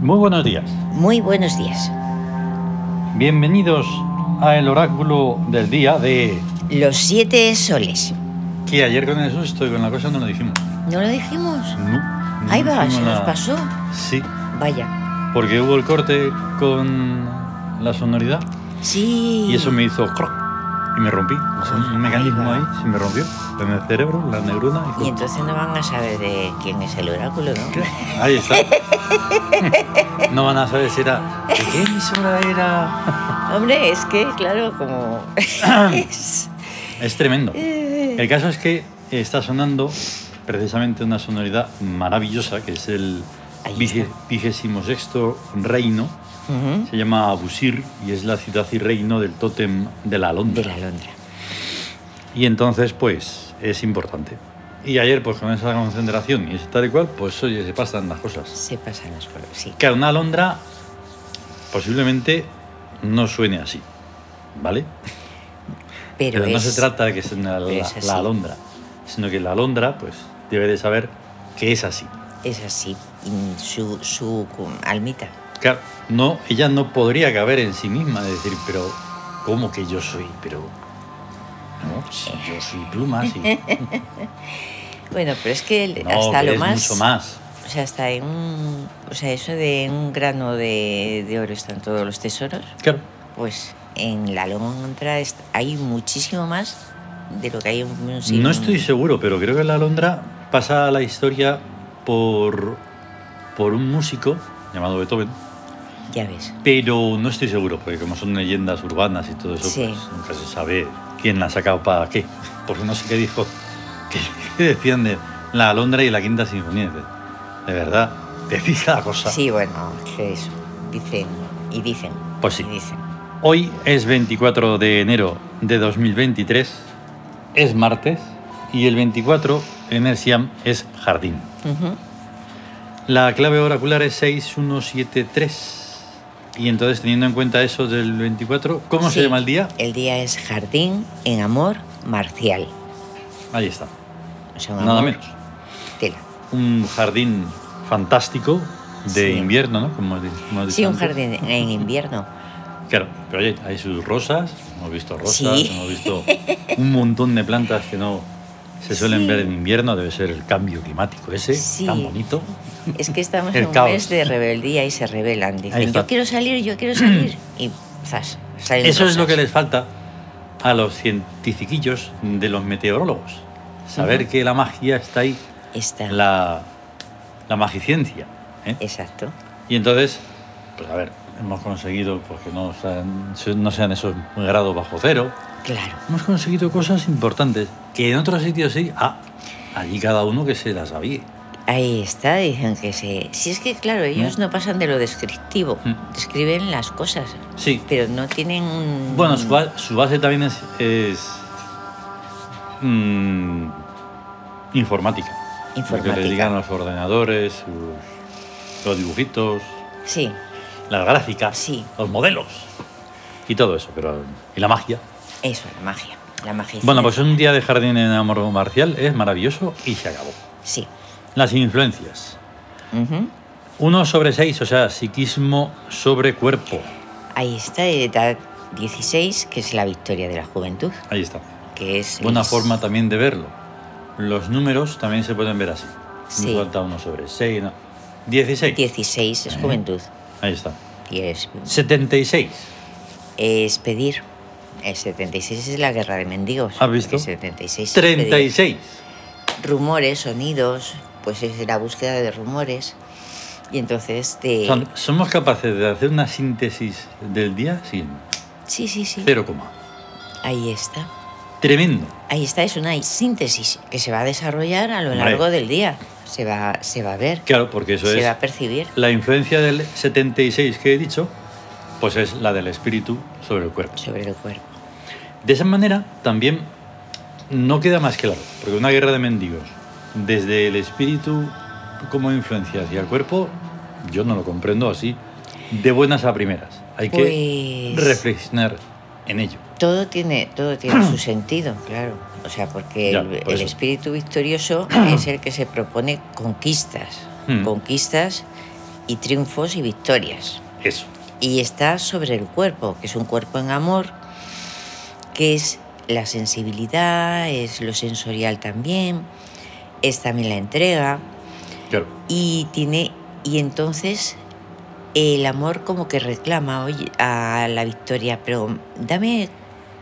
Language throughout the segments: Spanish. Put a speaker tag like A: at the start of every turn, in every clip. A: Muy buenos días.
B: Muy buenos días.
A: Bienvenidos a el oráculo del día de...
B: Los siete soles.
A: Que ayer con el susto y con la cosa no lo dijimos.
B: ¿No lo dijimos?
A: No. no
B: Ahí va,
A: dijimos
B: se nos
A: nada.
B: pasó.
A: Sí,
B: Vaya.
A: porque hubo el corte con la sonoridad
B: Sí.
A: y eso me hizo... croc, Y me rompí. O sea, un mecanismo
B: Ahí
A: ahí
B: va.
A: se me rompió. En el cerebro, la neurona... y
B: Y
A: todo.
B: entonces no van a saber de quién es el oráculo, ¿no?
A: Ahí está. No van a saber si era... ¿De qué emisora era?
B: Hombre, es que, claro, como. es-
A: Es tremendo.
B: eh,
A: Ah. El caso es que está sonando precisamente una sonoridad maravillosa, que es el
B: Ahí
A: vige-
B: está.
A: vigésimo sexto reino.
B: ujú,
A: Se llama Abusir y es la ciudad y reino del tótem de la
B: De
A: Alondra.
B: la Londra.
A: Y entonces, pues, es importante. Y ayer, pues, con esa concentración y ese tal y cual, pues, oye, se pasan las cosas.
B: Se pasan las cosas. Sí.
A: Claro, una alondra posiblemente no suene así, ¿vale?
B: Pero,
A: Pero, no
B: es-
A: se trata de que sea una-
B: pero
A: la,
B: es así.
A: la alondra, sino que la alondra, pues, debe de saber que es así.
B: Es así. mm, Su, su cum- almita.
A: Claro, no, ella no podría caber en sí misma, de decir, pero ¿cómo que yo soy? Pero no, si yo soy pluma, sí.
B: Bueno, pero es que el-
A: No,
B: hasta
A: que
B: lo
A: es
B: más.
A: mucho más.
B: O sea, hasta en un. O sea, eso de un grano de, de oro están todos los tesoros.
A: Claro,
B: Pues en la Londra es- hay muchísimo más de lo que hay en un siglo.
A: no estoy seguro, pero creo que la alondra pasa a la historia por por un músico llamado Beethoven,
B: Ya ves.
A: pero no estoy seguro porque como son leyendas urbanas y todo eso,
B: Sí.
A: pues nunca se sabe quién la ha sacado para qué, porque no sé qué dijo que, que decían de la alondra y la quinta sinfonía, de, de verdad, decís cada cosa.
B: Sí, bueno, es que eso. Dicen. Y dicen.
A: Pues sí.
B: Y dicen.
A: Hoy es 24 de enero de 2023, es martes y el 24 en el Siam es jardín.
B: Ujú.
A: La clave oracular es 6173 y entonces teniendo en cuenta eso del 24, ¿cómo
B: Sí.
A: se llama el día?
B: El día es jardín en amor marcial.
A: Ahí está,
B: O sea, un
A: nada
B: amor
A: menos.
B: Tela.
A: Un jardín fantástico de
B: Sí.
A: invierno, ¿no? Como, de- como de
B: Sí, un
A: tanto.
B: jardín en invierno.
A: Claro, pero oye, hay sus rosas, hemos visto rosas,
B: Sí.
A: hemos visto un montón de plantas que no se suelen
B: Sí.
A: ver en invierno, debe ser el cambio climático ese,
B: Sí.
A: tan bonito.
B: Es que estamos
A: El
B: en un
A: caos.
B: mes de rebeldía y se rebelan. Dicen,
A: está.
B: yo quiero salir, yo quiero salir. Y zas, salen
A: Eso es lo
B: rosas.
A: que les falta a los cientifiquillos de los meteorólogos, saber que la magia está ahí,
B: Está.
A: la, la magiciencia. ¿eh?
B: Exacto.
A: Y entonces, pues a ver, hemos conseguido pues, que no sean, no sean esos grados bajo cero,
B: Claro.
A: Hemos conseguido cosas importantes que en otros sitios sí. Ah, allí cada uno que se las sabía.
B: Ahí está, dicen que se... Si es que, claro, ellos
A: Mm.
B: no pasan de lo descriptivo,
A: Mm.
B: describen las cosas,
A: Sí.
B: pero no tienen... un-
A: Bueno, su, ba- su base también es, es, mm, informática. Lo que le digan
B: Informática.
A: los ordenadores, sus- los dibujitos,
B: Sí,
A: las gráficas,
B: Sí.
A: los modelos y todo eso. Pero, y la magia.
B: eso, la magia. La magia.
A: Bueno, pues un día de jardín en amor marcial es maravilloso y se acabó.
B: Sí.
A: Las influencias.
B: Ujú.
A: 1 sobre 6, o sea, psiquismo sobre cuerpo.
B: Ahí está, edad 16, que es la victoria de la juventud,
A: Ahí está.
B: que es...
A: Buena
B: es-
A: forma también de verlo. Los números también se pueden ver así.
B: Sí.
A: No falta 1 sobre 6, no. 16.
B: 16
A: Eh.
B: es juventud.
A: Ahí está.
B: Y es,
A: 76.
B: es pedir. El 76 es la guerra de mendigos.
A: ¿Has visto?
B: El 76 es pedir.
A: 36.
B: rumores, sonidos, pues es la búsqueda de rumores. Y entonces te...
A: Son- somos capaces de hacer una síntesis del día sin
B: Sí, sí, sí.
A: 0, coma.
B: Ahí está.
A: Tremendo.
B: Ahí está, es una síntesis que se va a desarrollar a lo
A: Hombre.
B: largo del día. Se va, se va a ver,
A: Claro, porque eso
B: se
A: es.
B: va a percibir.
A: La influencia del 76 que he dicho, pues es la del espíritu sobre el cuerpo.
B: Sobre el cuerpo.
A: De esa manera también no queda más claro, porque una guerra de mendigos, desde el espíritu como influencia hacia el cuerpo, yo no lo comprendo así, de buenas a primeras. Hay que
B: Pues-
A: reflexionar en ello.
B: Todo tiene, todo tiene su sentido, claro. O sea, porque
A: Ya,
B: el,
A: por
B: el
A: eso.
B: espíritu victorioso es el que se propone conquistas.
A: Mm.
B: Conquistas y triunfos y victorias.
A: Eso.
B: Y está sobre el cuerpo, que es un cuerpo en amor, que es la sensibilidad, es lo sensorial también, es también la entrega
A: Claro.
B: y tiene y entonces el amor como que reclama oye, a la victoria, pero dame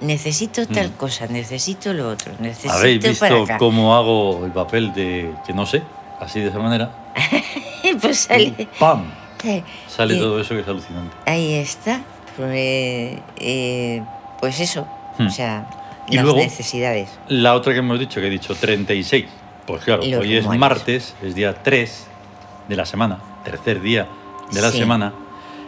B: necesito tal
A: Mm.
B: cosa, necesito lo otro, necesito
A: ¿Habéis
B: para
A: visto
B: acá.
A: cómo hago el papel de que no sé? Así de esa manera.
B: pues sale,
A: ¡Pam! Sale
B: Y-
A: todo eso que es alucinante.
B: Ahí está. Pues, eh, pues eso.
A: Hmm.
B: O sea,
A: Y
B: las
A: luego-
B: necesidades.
A: La otra que hemos dicho, que he dicho 36. Pues claro,
B: Y los
A: hoy es
B: rumores.
A: martes, es día 3 de la semana, tercer día de la
B: Sí.
A: semana.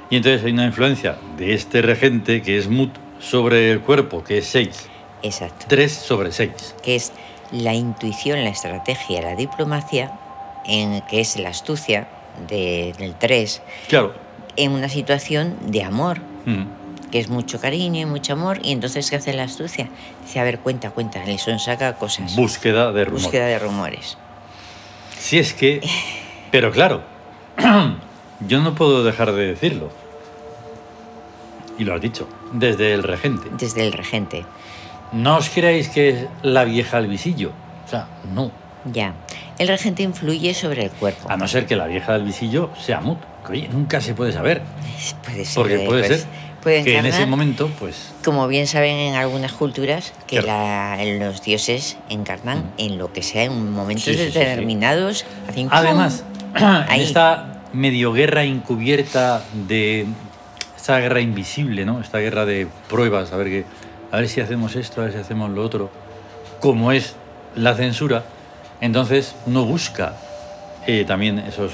A: Y entonces hay una influencia de este regente, que es Mut, sobre el cuerpo, que es 6.
B: Exacto.
A: 3 sobre 6.
B: Que es la intuición, la estrategia, la diplomacia, en, que es la astucia de- del 3,
A: Claro.
B: en una situación de amor,
A: Mm.
B: que es mucho cariño y mucho amor. Y entonces, ¿qué hace la astucia? Dice, a ver, cuenta, cuenta. Le saca cosas.
A: Búsqueda de rumor.
B: Búsqueda de rumores.
A: Si es que... Pero claro, yo no puedo dejar de decirlo. Y lo has dicho, desde el regente.
B: Desde el regente.
A: No os creáis que es la vieja del visillo. O sea, no.
B: Ya. El regente influye sobre el cuerpo.
A: A Ah, no ser que la vieja del visillo sea mut. que, Oye, nunca se puede saber.
B: Puede ser.
A: Porque
B: eh,
A: puede
B: pues,
A: ser
B: puede
A: que en ese
B: encarnar.
A: momento, pues...
B: Como bien saben en algunas culturas, que la- los dioses encarnan en lo que sea en momentos
A: Mm. Sí, sí, sí, sí.
B: determinados. hacen
A: Además, en
B: Ahí.
A: esta medio guerra encubierta de esta guerra invisible, ¿no? Esta guerra de pruebas, a ver que, a ver si hacemos esto, a ver si hacemos lo otro, como es la censura, entonces no busca eh, también esos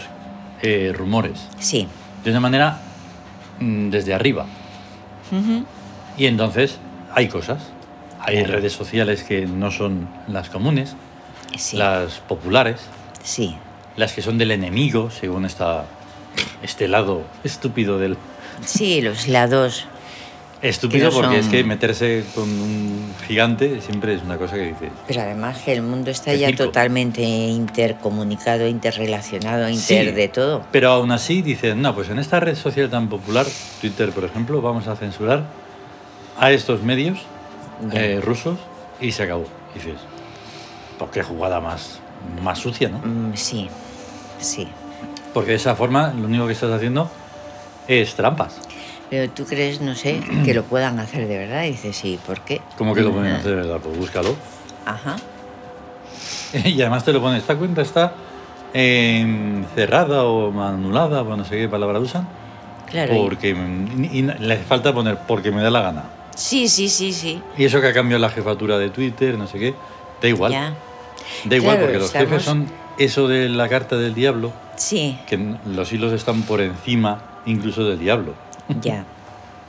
A: eh, rumores
B: ¡pum! Sí.
A: de una manera mm, desde arriba.
B: Ujú.
A: Y entonces hay cosas, hay redes sociales que no son las comunes,
B: Sí.
A: las populares,
B: Sí.
A: las que son del enemigo, según esta, este lado estúpido del...
B: Sí, los lados.
A: Estúpido
B: Que no
A: porque es
B: son-
A: que meterse con un gigante siempre es una cosa que dices...
B: Pero además que el mundo está
A: El
B: ya
A: circo.
B: totalmente intercomunicado, interrelacionado,
A: Sí.
B: inter de todo.
A: Pero aún así dicen, no, pues en esta red social tan popular, Twitter por ejemplo, vamos a censurar a estos medios
B: Ya.
A: eh, rusos y se acabó. Y dices, pues qué jugada más, más sucia, ¿no?
B: Mm, sí. Sí.
A: Porque de esa forma lo único que estás haciendo es trampas.
B: Pero tú crees, no sé, que lo puedan hacer de verdad. Dices, sí, ¿por qué?
A: ¿Cómo que lo pueden
B: Ah,
A: hacer, verdad? Pues búscalo.
B: Ajá.
A: Y además te lo pone, esta cuenta está em, cerrada o anulada, o no sé qué palabra usan.
B: Claro. y-
A: Porque mm, y- y le falta poner porque me da la gana.
B: Sí, sí, sí, sí.
A: Y eso que ha cambiado la jefatura de Twitter, no sé qué, da igual.
B: Ya.
A: Da igual
B: Claro,
A: porque los
B: estamos-
A: jefes son eso de la carta del diablo,
B: Sí,
A: que n- los hilos están por encima incluso del diablo.
B: ya.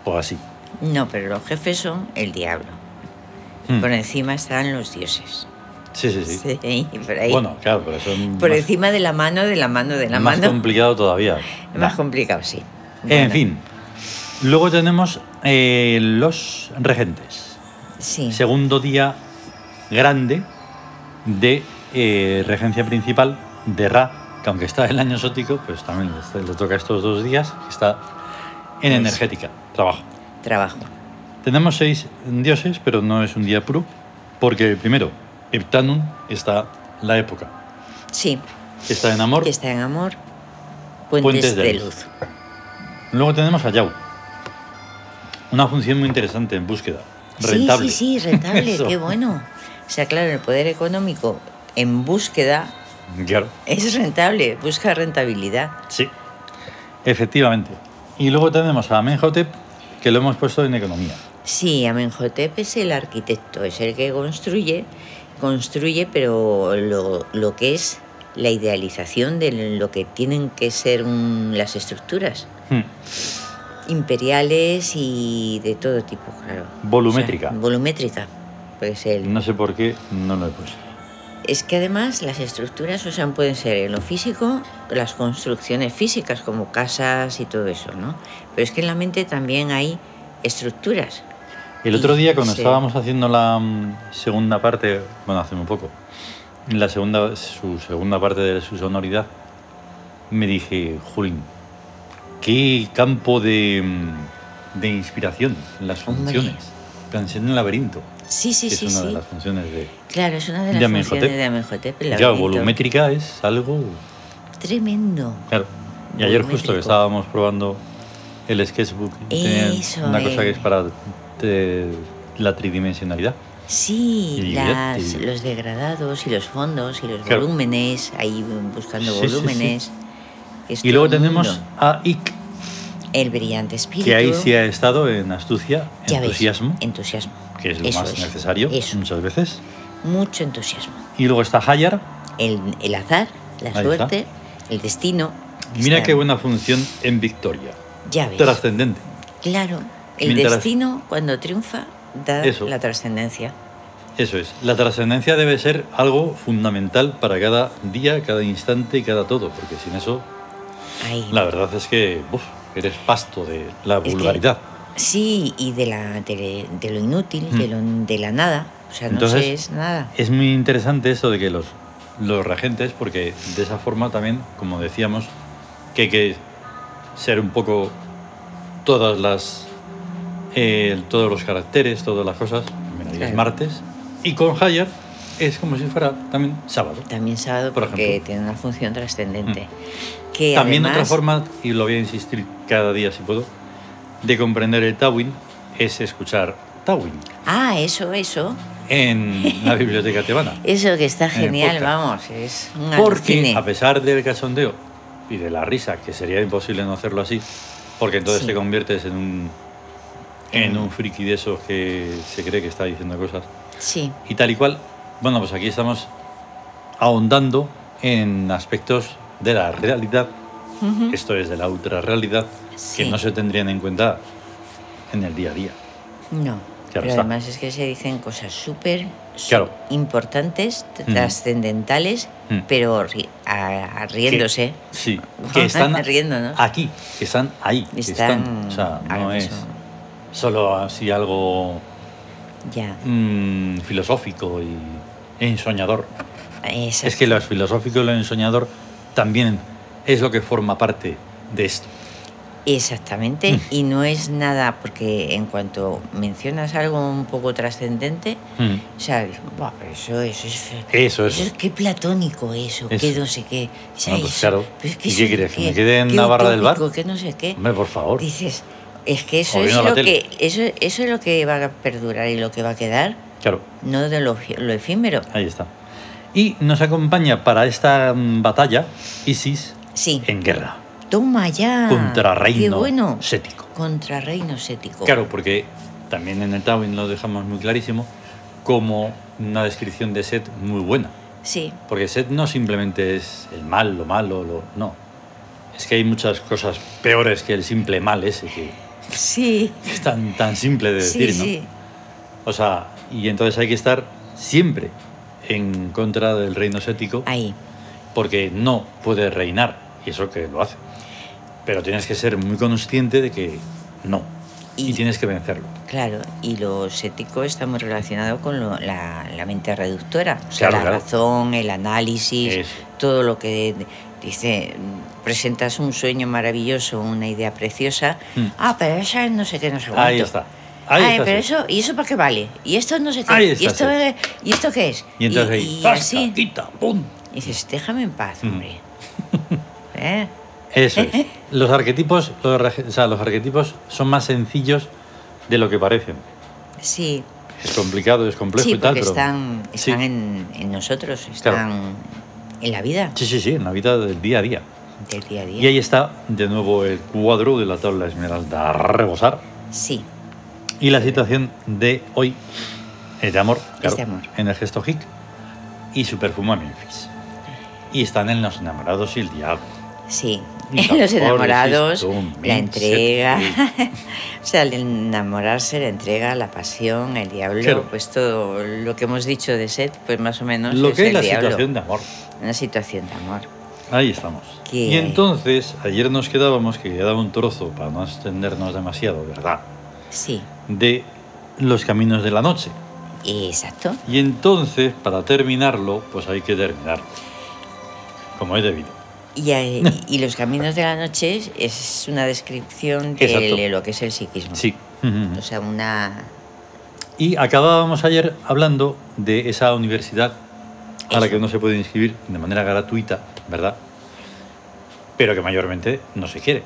A: O así.
B: No, pero los jefes son el diablo.
A: Mm.
B: Por encima están los dioses.
A: Sí, sí, sí.
B: Sí, por ahí.
A: Bueno, claro, pero son
B: por
A: más-
B: encima de la mano, de la mano, de la
A: más
B: mano.
A: complicado todavía.
B: Más complicado, sí.
A: En
B: Bueno,
A: fin. Luego tenemos eh, los regentes.
B: Sí.
A: Segundo día grande de eh, regencia principal de Ra, que aunque está el año exótico, pues también les- le toca estos dos días, que está en
B: Pues-
A: energética, trabajo.
B: Trabajo.
A: Tenemos seis dioses, pero no es un día puro, porque primero, Heptanum está la época,
B: Sí.
A: que está en amor.
B: Que está en amor. Puentes,
A: Puentes
B: de,
A: de
B: luz.
A: luz. Luego tenemos a Yau, una función muy interesante en búsqueda, rentable.
B: Sí, sí, sí, rentable.
A: Eso.
B: qué bueno. O sea, claro, el poder económico en búsqueda
A: Claro.
B: es rentable. Busca rentabilidad.
A: Sí, efectivamente. Y luego tenemos a Amenhotep, que lo hemos puesto en economía.
B: Sí, Amenhotep es el arquitecto, es el que construye, construye, pero lo, lo que es la idealización de lo que tienen que ser un- las estructuras
A: Hmm.
B: imperiales y de todo tipo, claro.
A: Volumétrica.
B: O sea, volumétrica, pues el-
A: No sé por qué no lo he puesto.
B: Es que además las estructuras, o sea, pueden ser en lo físico, las construcciones físicas como casas y todo eso, ¿no? Pero es que en la mente también hay estructuras.
A: El otro día, cuando
B: Sí.
A: estábamos haciendo la mm, segunda parte, bueno, hace muy poco, la segunda, su segunda parte de su sonoridad, me dije, Julín, qué campo de, mm, de inspiración las
B: Hombre.
A: funciones. Pensé en el laberinto,
B: Sí, sí,
A: que
B: sí,
A: es una
B: sí.
A: de las funciones de...
B: Claro, es una de las
A: de Amenhotep.
B: funciones de Amenhotep. el
A: Ya,
B: laberinto.
A: volumétrica es algo...
B: Tremendo.
A: Claro. Y ayer justo
B: Volumétrico.
A: que estábamos probando el sketchbook, tenía
B: Eso,
A: una cosa
B: el-
A: que es para eh, la tridimensionalidad.
B: Sí,
A: Y
B: las-
A: ya te-
B: los degradados y los fondos y los
A: Claro.
B: volúmenes, ahí buscando
A: Sí, sí, sí.
B: volúmenes. Es
A: Y luego
B: todo un
A: tenemos
B: mundo.
A: a Ick,
B: el brillante espíritu.
A: que ahí sí ha estado en astucia,
B: Ya ves,
A: entusiasmo,
B: entusiasmo.
A: que es lo
B: Eso
A: más
B: es,
A: necesario
B: eso.
A: muchas veces.
B: Mucho entusiasmo.
A: Y luego está Hayar.
B: El, el azar, la
A: Ahí
B: suerte, el destino.
A: Mira
B: Está-
A: qué buena función en Victoria.
B: Ya ves.
A: Trascendente.
B: Claro, el
A: Mientras-
B: destino cuando triunfa da
A: Eso.
B: la trascendencia.
A: Eso es. La trascendencia debe ser algo fundamental para cada día, cada instante y cada todo, porque sin eso,
B: Ahí.
A: la verdad es que uf, eres pasto de la
B: que-
A: vulgaridad.
B: Sí, y de, la, de, de lo inútil,
A: Mm.
B: de, lo, de la nada. O sea, no
A: Entonces-
B: sé, es nada.
A: Es muy interesante esto de que los, los regentes, porque de esa forma también, como decíamos, que hay que ser un poco todas las. eh, todos los caracteres, todas las cosas. Mira, hoy es
B: Claro.
A: martes. Y con Hayar es como si fuera también sábado.
B: También sábado
A: Por
B: porque
A: ejemplo. Mm.
B: tiene una función trascendente. Que
A: También otra
B: además-
A: forma, y lo voy a insistir cada día si puedo, de comprender el Tawin es escuchar Tawin
B: Ah, eso, eso.
A: en la biblioteca tebana.
B: Eso que está
A: el
B: genial,
A: podcast.
B: vamos. Es un
A: Porque
B: alucine.
A: a pesar del cachondeo y de la risa, que sería imposible no hacerlo así, porque entonces
B: Sí.
A: te conviertes en un en un friki de esos que se cree que está diciendo cosas
B: Sí,
A: y tal y cual. Bueno, pues aquí estamos ahondando en aspectos de la realidad,
B: Ujú.
A: esto es de la ultra realidad,
B: Sí.
A: que no se tendrían en cuenta en el día a día.
B: no. Pero
A: está.
B: además es que se dicen cosas súper su-
A: Claro.
B: importantes, t-
A: Ujú.
B: trascendentales,
A: Mm.
B: pero ri- a- a riéndose.
A: Sí, que están
B: riendo, ¿no?
A: aquí, que están ahí, que están,
B: Están
A: o sea, no
B: ahora
A: es
B: mismo.
A: solo así algo
B: Ya.
A: mm, filosófico y ensoñador.
B: Exacto.
A: Es que lo filosófico y lo ensoñador también es lo que forma parte de esto. Mm.
B: Exactamente, y no es nada, porque en cuanto mencionas algo un poco trascendente,
A: Mm.
B: o sea, dices, "Buah, pero eso, eso es.
A: Eso es.
B: Eso es qué platónico eso, que
A: Eso.
B: no sé qué. O sea,
A: No, pues
B: eso-
A: claro.
B: pero es que
A: ¿Y
B: eso
A: qué
B: es
A: quieres, que me quede en
B: qué
A: la barra del bar?
B: utópico, que no sé qué.
A: Hombre, por favor.
B: Dices, es que eso
A: O
B: es
A: viendo la
B: lo
A: tele.
B: que eso, eso es lo que va a perdurar y lo que va a quedar,
A: Claro,
B: no de lo, lo efímero.
A: ahí está. Y nos acompaña para esta mm, batalla Isis
B: Sí.
A: en guerra
B: Toma ya.
A: Eh, contra
B: Ah, Qué
A: reino
B: bueno.
A: sético.
B: Contra reino sético.
A: Claro, porque también en el Tawin lo dejamos muy clarísimo como una descripción de Set muy buena.
B: Sí.
A: Porque Set no simplemente es el mal, lo malo, lo... no. Es que hay muchas cosas peores que el simple mal ese, que
B: Sí.
A: es tan, tan simple de decir,
B: sí,
A: ¿no?
B: sí.
A: O sea, y entonces hay que estar siempre en contra del reino sético,
B: Ahí.
A: porque no puede reinar, y eso que lo hace. Pero tienes que ser muy consciente de que no, y,
B: Y-
A: tienes que vencerlo.
B: Claro, y lo sético está muy relacionado con lo- la, la mente reductora, o sea,
A: Claro,
B: la
A: claro.
B: razón, el análisis,
A: Eso.
B: todo lo que dice, mm, presentas un sueño maravilloso, una idea preciosa,
A: Mm.
B: ah, pero eso es no sé qué, no sé cuánto.
A: Ahí está. Ahí
B: Ay,
A: está
B: pero
A: Seth.
B: eso, ¿y eso para qué vale? ¿Y esto no sé qué?
A: Ahí está,
B: ¿Y, esto,
A: sí.
B: eh, ¿Y esto qué es?
A: Y entonces ahí,
B: y
A: zasca,
B: así,
A: quita, pum.
B: y dices, déjame en paz,
A: Mm.
B: hombre. ¿Eh?
A: Eso es. Los arquetipos, los, rege- o sea, los arquetipos son más sencillos de lo que parecen.
B: Sí,
A: Es complicado, es complejo
B: sí,
A: y tal,
B: porque
A: pero...
B: están,
A: Sí.
B: están en, en nosotros,
A: Claro.
B: están en la vida.
A: Sí, sí, sí, en la vida del día a día.
B: del día a día.
A: Y ahí está de nuevo el cuadro de la tabla esmeralda a rebosar.
B: Sí,
A: Y la situación de hoy es de amor,
B: Es de amor.
A: en el gesto hic y su perfume a Memphis. Y están en los enamorados y el diablo.
B: sí.
A: Y
B: Los
A: tampoco
B: enamorados,
A: resiste un ¿eh?
B: la
A: mindset.
B: entrega. o sea, el enamorarse, la entrega, la pasión, el diablo,
A: Claro.
B: pues todo lo que hemos dicho de Seth, pues más o menos
A: Lo
B: es
A: que es
B: el
A: la
B: diablo.
A: situación de amor.
B: Una situación de amor.
A: Ahí estamos.
B: Que-
A: Y entonces, ayer nos quedábamos, que quedaba un trozo para no extendernos demasiado, ¿verdad?
B: Sí,
A: De los caminos de la noche.
B: eh, exacto.
A: Y entonces, para terminarlo, pues hay que terminarlo. Como es debido.
B: Y, eh, y los caminos de la noche es- es una descripción de
A: Exacto.
B: de lo que es el psiquismo.
A: Sí.
B: O sea, una...
A: Y acabábamos ayer hablando de esa universidad a la que uno se puede inscribir de manera gratuita, ¿verdad? Pero que mayormente no se quiere,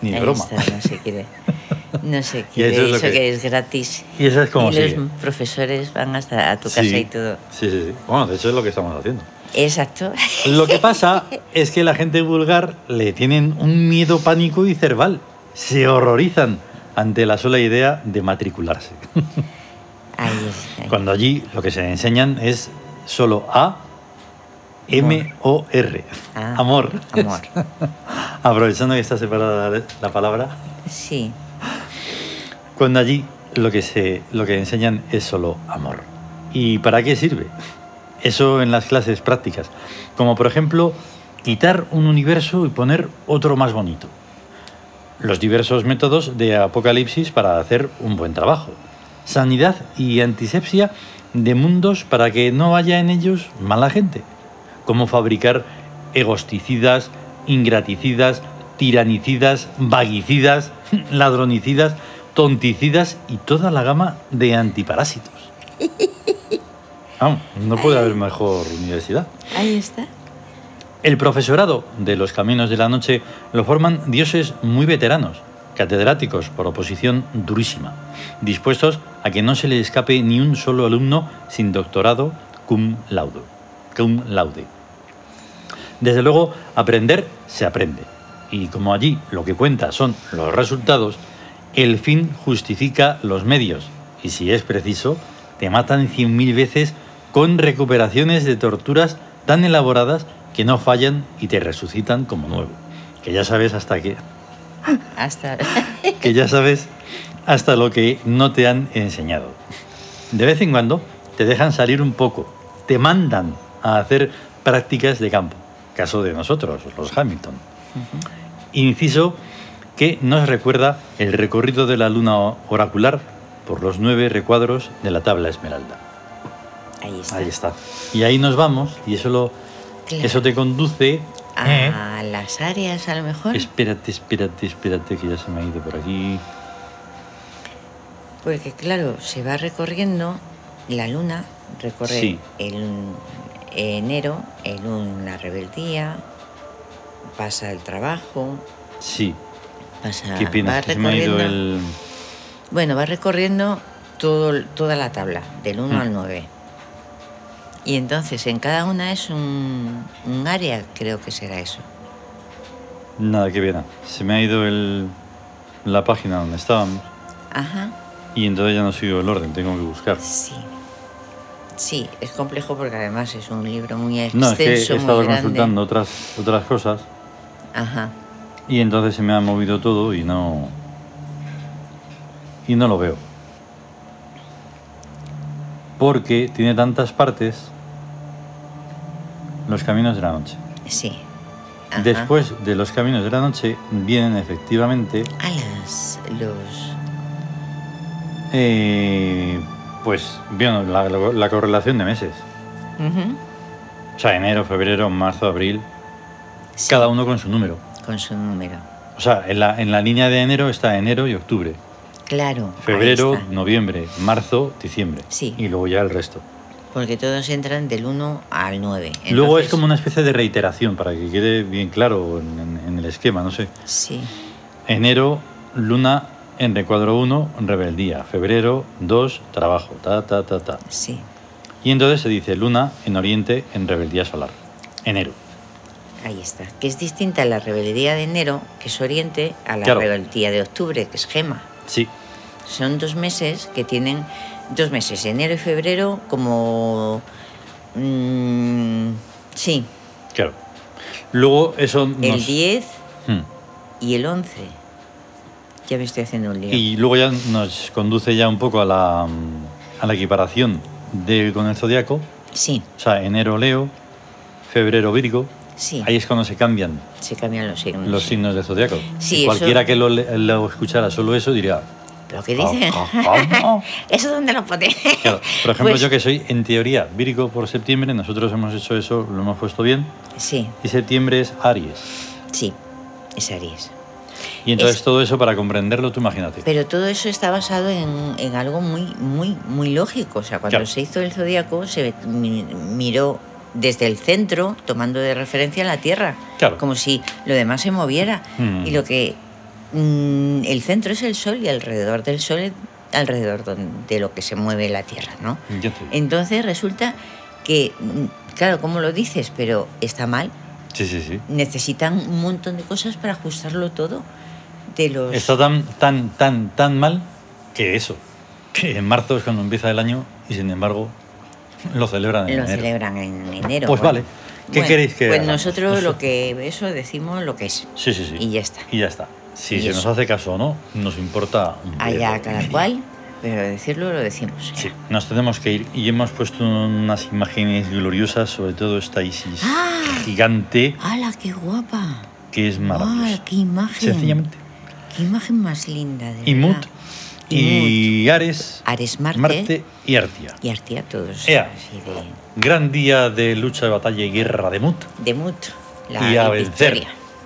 A: ni de
B: ahí
A: broma.
B: está, no se quiere. No se
A: Y
B: quiere.
A: eso es
B: Eso,
A: lo
B: que...
A: que-
B: es gratis.
A: Y esa es como
B: y los
A: sigue.
B: profesores van hasta a tu casa
A: Sí.
B: y todo.
A: Sí, sí, sí. Bueno, de hecho es lo que estamos haciendo.
B: Exacto.
A: Lo que pasa es que la gente vulgar le tienen un miedo pánico y cerval. Se horrorizan ante la sola idea de matricularse.
B: Ahí es. ahí.
A: Cuando allí lo que se enseñan es solo A, M, O, R.
B: Ah,
A: Amor.
B: Amor.
A: Aprovechando que está separada la- la palabra.
B: Sí.
A: Cuando allí lo que, se, lo que enseñan es solo amor. ¿Y para qué sirve? Eso en las clases prácticas. Como por ejemplo, quitar un universo y poner otro más bonito. Los diversos métodos de apocalipsis para hacer un buen trabajo. Sanidad y antisepsia de mundos para que no haya en ellos mala gente. Cómo fabricar egosticidas, ingraticidas, tiranicidas, vaguicidas, ladronicidas, tonticidas y toda la gama de antiparásitos. Vamos, no puede haber mejor universidad.
B: Ahí está.
A: El profesorado de los Caminos de la Noche lo forman dioses muy veteranos, catedráticos por oposición durísima, dispuestos a que no se le escape ni un solo alumno sin doctorado cum laude. Cum laude. Desde luego, aprender se aprende. Y como allí lo que cuenta son los resultados, el fin justifica los medios. Y si es preciso, te matan cien mil veces con recuperaciones de torturas tan elaboradas que no fallan y te resucitan como nuevo. Que ya sabes hasta qué,
B: Hasta.
A: que ya sabes hasta lo que no te han enseñado. De vez en cuando te dejan salir un poco, te mandan a hacer prácticas de campo, caso de nosotros, los Hamilton. Inciso que nos recuerda el recorrido de la luna o- oracular por los nueve recuadros de la tabla esmeralda.
B: Ahí está.
A: Ahí está. Y ahí nos vamos y eso, lo,
B: Claro.
A: eso te conduce... ¿eh?
B: A las áreas, a lo mejor.
A: Espérate, espérate, espérate, que ya se me ha ido por aquí.
B: Porque, claro, se va recorriendo la luna, recorre
A: Sí.
B: el enero, el una rebeldía, pasa el trabajo,
A: Sí,
B: pasa.
A: ¿Qué
B: va
A: piensas? Que se me ha ido
B: Ah, recorriendo-
A: el...
B: Bueno, va recorriendo todo, toda la tabla, del 1
A: Mm.
B: al 9. Y entonces en cada una es un, un área, creo que será eso.
A: Nada, que pena. Se me ha ido el... la página donde estábamos.
B: Ajá,
A: Y entonces ya no sigo el orden, tengo que buscar.
B: sí. Sí, es complejo porque además es un libro muy extenso,
A: No, es que he estado
B: muy grande.
A: consultando otras, otras cosas
B: Ajá,
A: y entonces se me ha movido todo y no... Y no lo veo. Porque tiene tantas partes los caminos de la noche.
B: sí. Ajá.
A: Después de los caminos de la noche vienen efectivamente
B: A las. los.
A: Eh, pues bien, la, la- la correlación de meses.
B: Ujú,
A: O sea, enero, febrero, marzo, abril,
B: sí,
A: cada uno con su número.
B: Con su número.
A: O sea, en la, en la línea de enero está enero y octubre.
B: Claro. ahí
A: Febrero,
B: está.
A: noviembre, marzo, diciembre.
B: Sí.
A: Y luego ya el resto.
B: Porque todos entran del 1 al 9.
A: Luego es
B: entonces-
A: como una especie de reiteración para que quede bien claro en, en- en el esquema, no sé.
B: Sí,
A: Enero, luna en recuadro 1, rebeldía. Febrero, 2, trabajo. Ta, ta, ta, ta.
B: sí.
A: Y entonces se dice luna en oriente en rebeldía solar. Enero.
B: Ahí está. Que es distinta a la rebeldía de enero, que es oriente, a la
A: Claro.
B: rebeldía de octubre, que es gema.
A: Sí,
B: Son dos meses que tienen. Dos meses, enero y febrero, como. mm, sí,
A: Claro. Luego eso nos...
B: el 10
A: Mm.
B: y el 11. Ya me estoy haciendo un lío.
A: Y luego ya nos conduce ya un poco a la, mm, a la equiparación de, con el zodiaco.
B: Sí,
A: O sea, enero Leo, febrero Virgo.
B: sí.
A: Ahí es cuando se cambian
B: Se cambian los signos.
A: los signos del zodiaco.
B: Sí,
A: Y
B: eso-
A: cualquiera que lo, le- lo escuchara solo eso diría, "Ah,
B: ¿Pero qué dicen?
A: ¿Cómo?
B: ¿Eso dónde lo pones?
A: ah". Claro, por ejemplo,
B: Pues-
A: yo que soy, en teoría, Virgo por septiembre, nosotros hemos hecho eso, lo hemos puesto bien,
B: Sí,
A: y septiembre es Aries.
B: sí, es Aries.
A: Y entonces
B: Es-
A: todo eso, para comprenderlo, tú imagínate.
B: Pero todo eso está basado en, en algo muy, muy, muy lógico. O sea, cuando
A: Claro.
B: se hizo el zodiaco se mi- miró desde el centro, tomando de referencia la Tierra,
A: Claro.
B: como si lo demás se moviera.
A: Mm.
B: Y lo que mm, el centro es el Sol y alrededor del Sol, es alrededor don- de lo que se mueve la Tierra, ¿no?
A: Ya te-
B: Entonces resulta que, mm, claro, como lo dices, pero está mal.
A: Sí, sí, sí.
B: Necesitan un montón de cosas para ajustarlo todo. De los
A: Está tan, tan, tan, tan mal que eso. Que en marzo es cuando empieza el año y sin embargo lo celebran en
B: Lo
A: enero.
B: celebran en enero.
A: Pues
B: bueno.
A: vale. ¿Qué
B: Bueno,
A: queréis que
B: Pues
A: hagamos?
B: nosotros
A: No sé.
B: lo que eso decimos lo que es.
A: Sí, sí, sí.
B: Y ya está.
A: Y ya está. Si
B: Y
A: se
B: eso.
A: nos hace caso o no, nos importa un
B: Allá
A: bledo.
B: cada cual, pero decirlo lo decimos.
A: Sí, nos tenemos que ir y hemos puesto unas imágenes gloriosas, sobre todo esta Isis
B: ¡Ah!
A: gigante,
B: ¡Hala, qué guapa!
A: que es
B: ¡Ah,
A: maravillosa.
B: qué imagen!
A: Sencillamente.
B: ¡Qué imagen más linda! De
A: Y Mut,
B: verdad. Y Mut.
A: y Ares,
B: Ares Marte,
A: Marte y Artia.
B: y Artia, todos
A: Ea.
B: así de,
A: Gran día de lucha, batalla y guerra de Mut.
B: de Mut. La
A: y a
B: victoria.
A: vencer.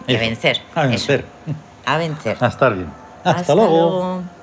B: Y a
A: Eso.
B: vencer.
A: A
B: eso.
A: vencer.
B: A vencer.
A: A estar bien. Hasta, luego.
B: luego.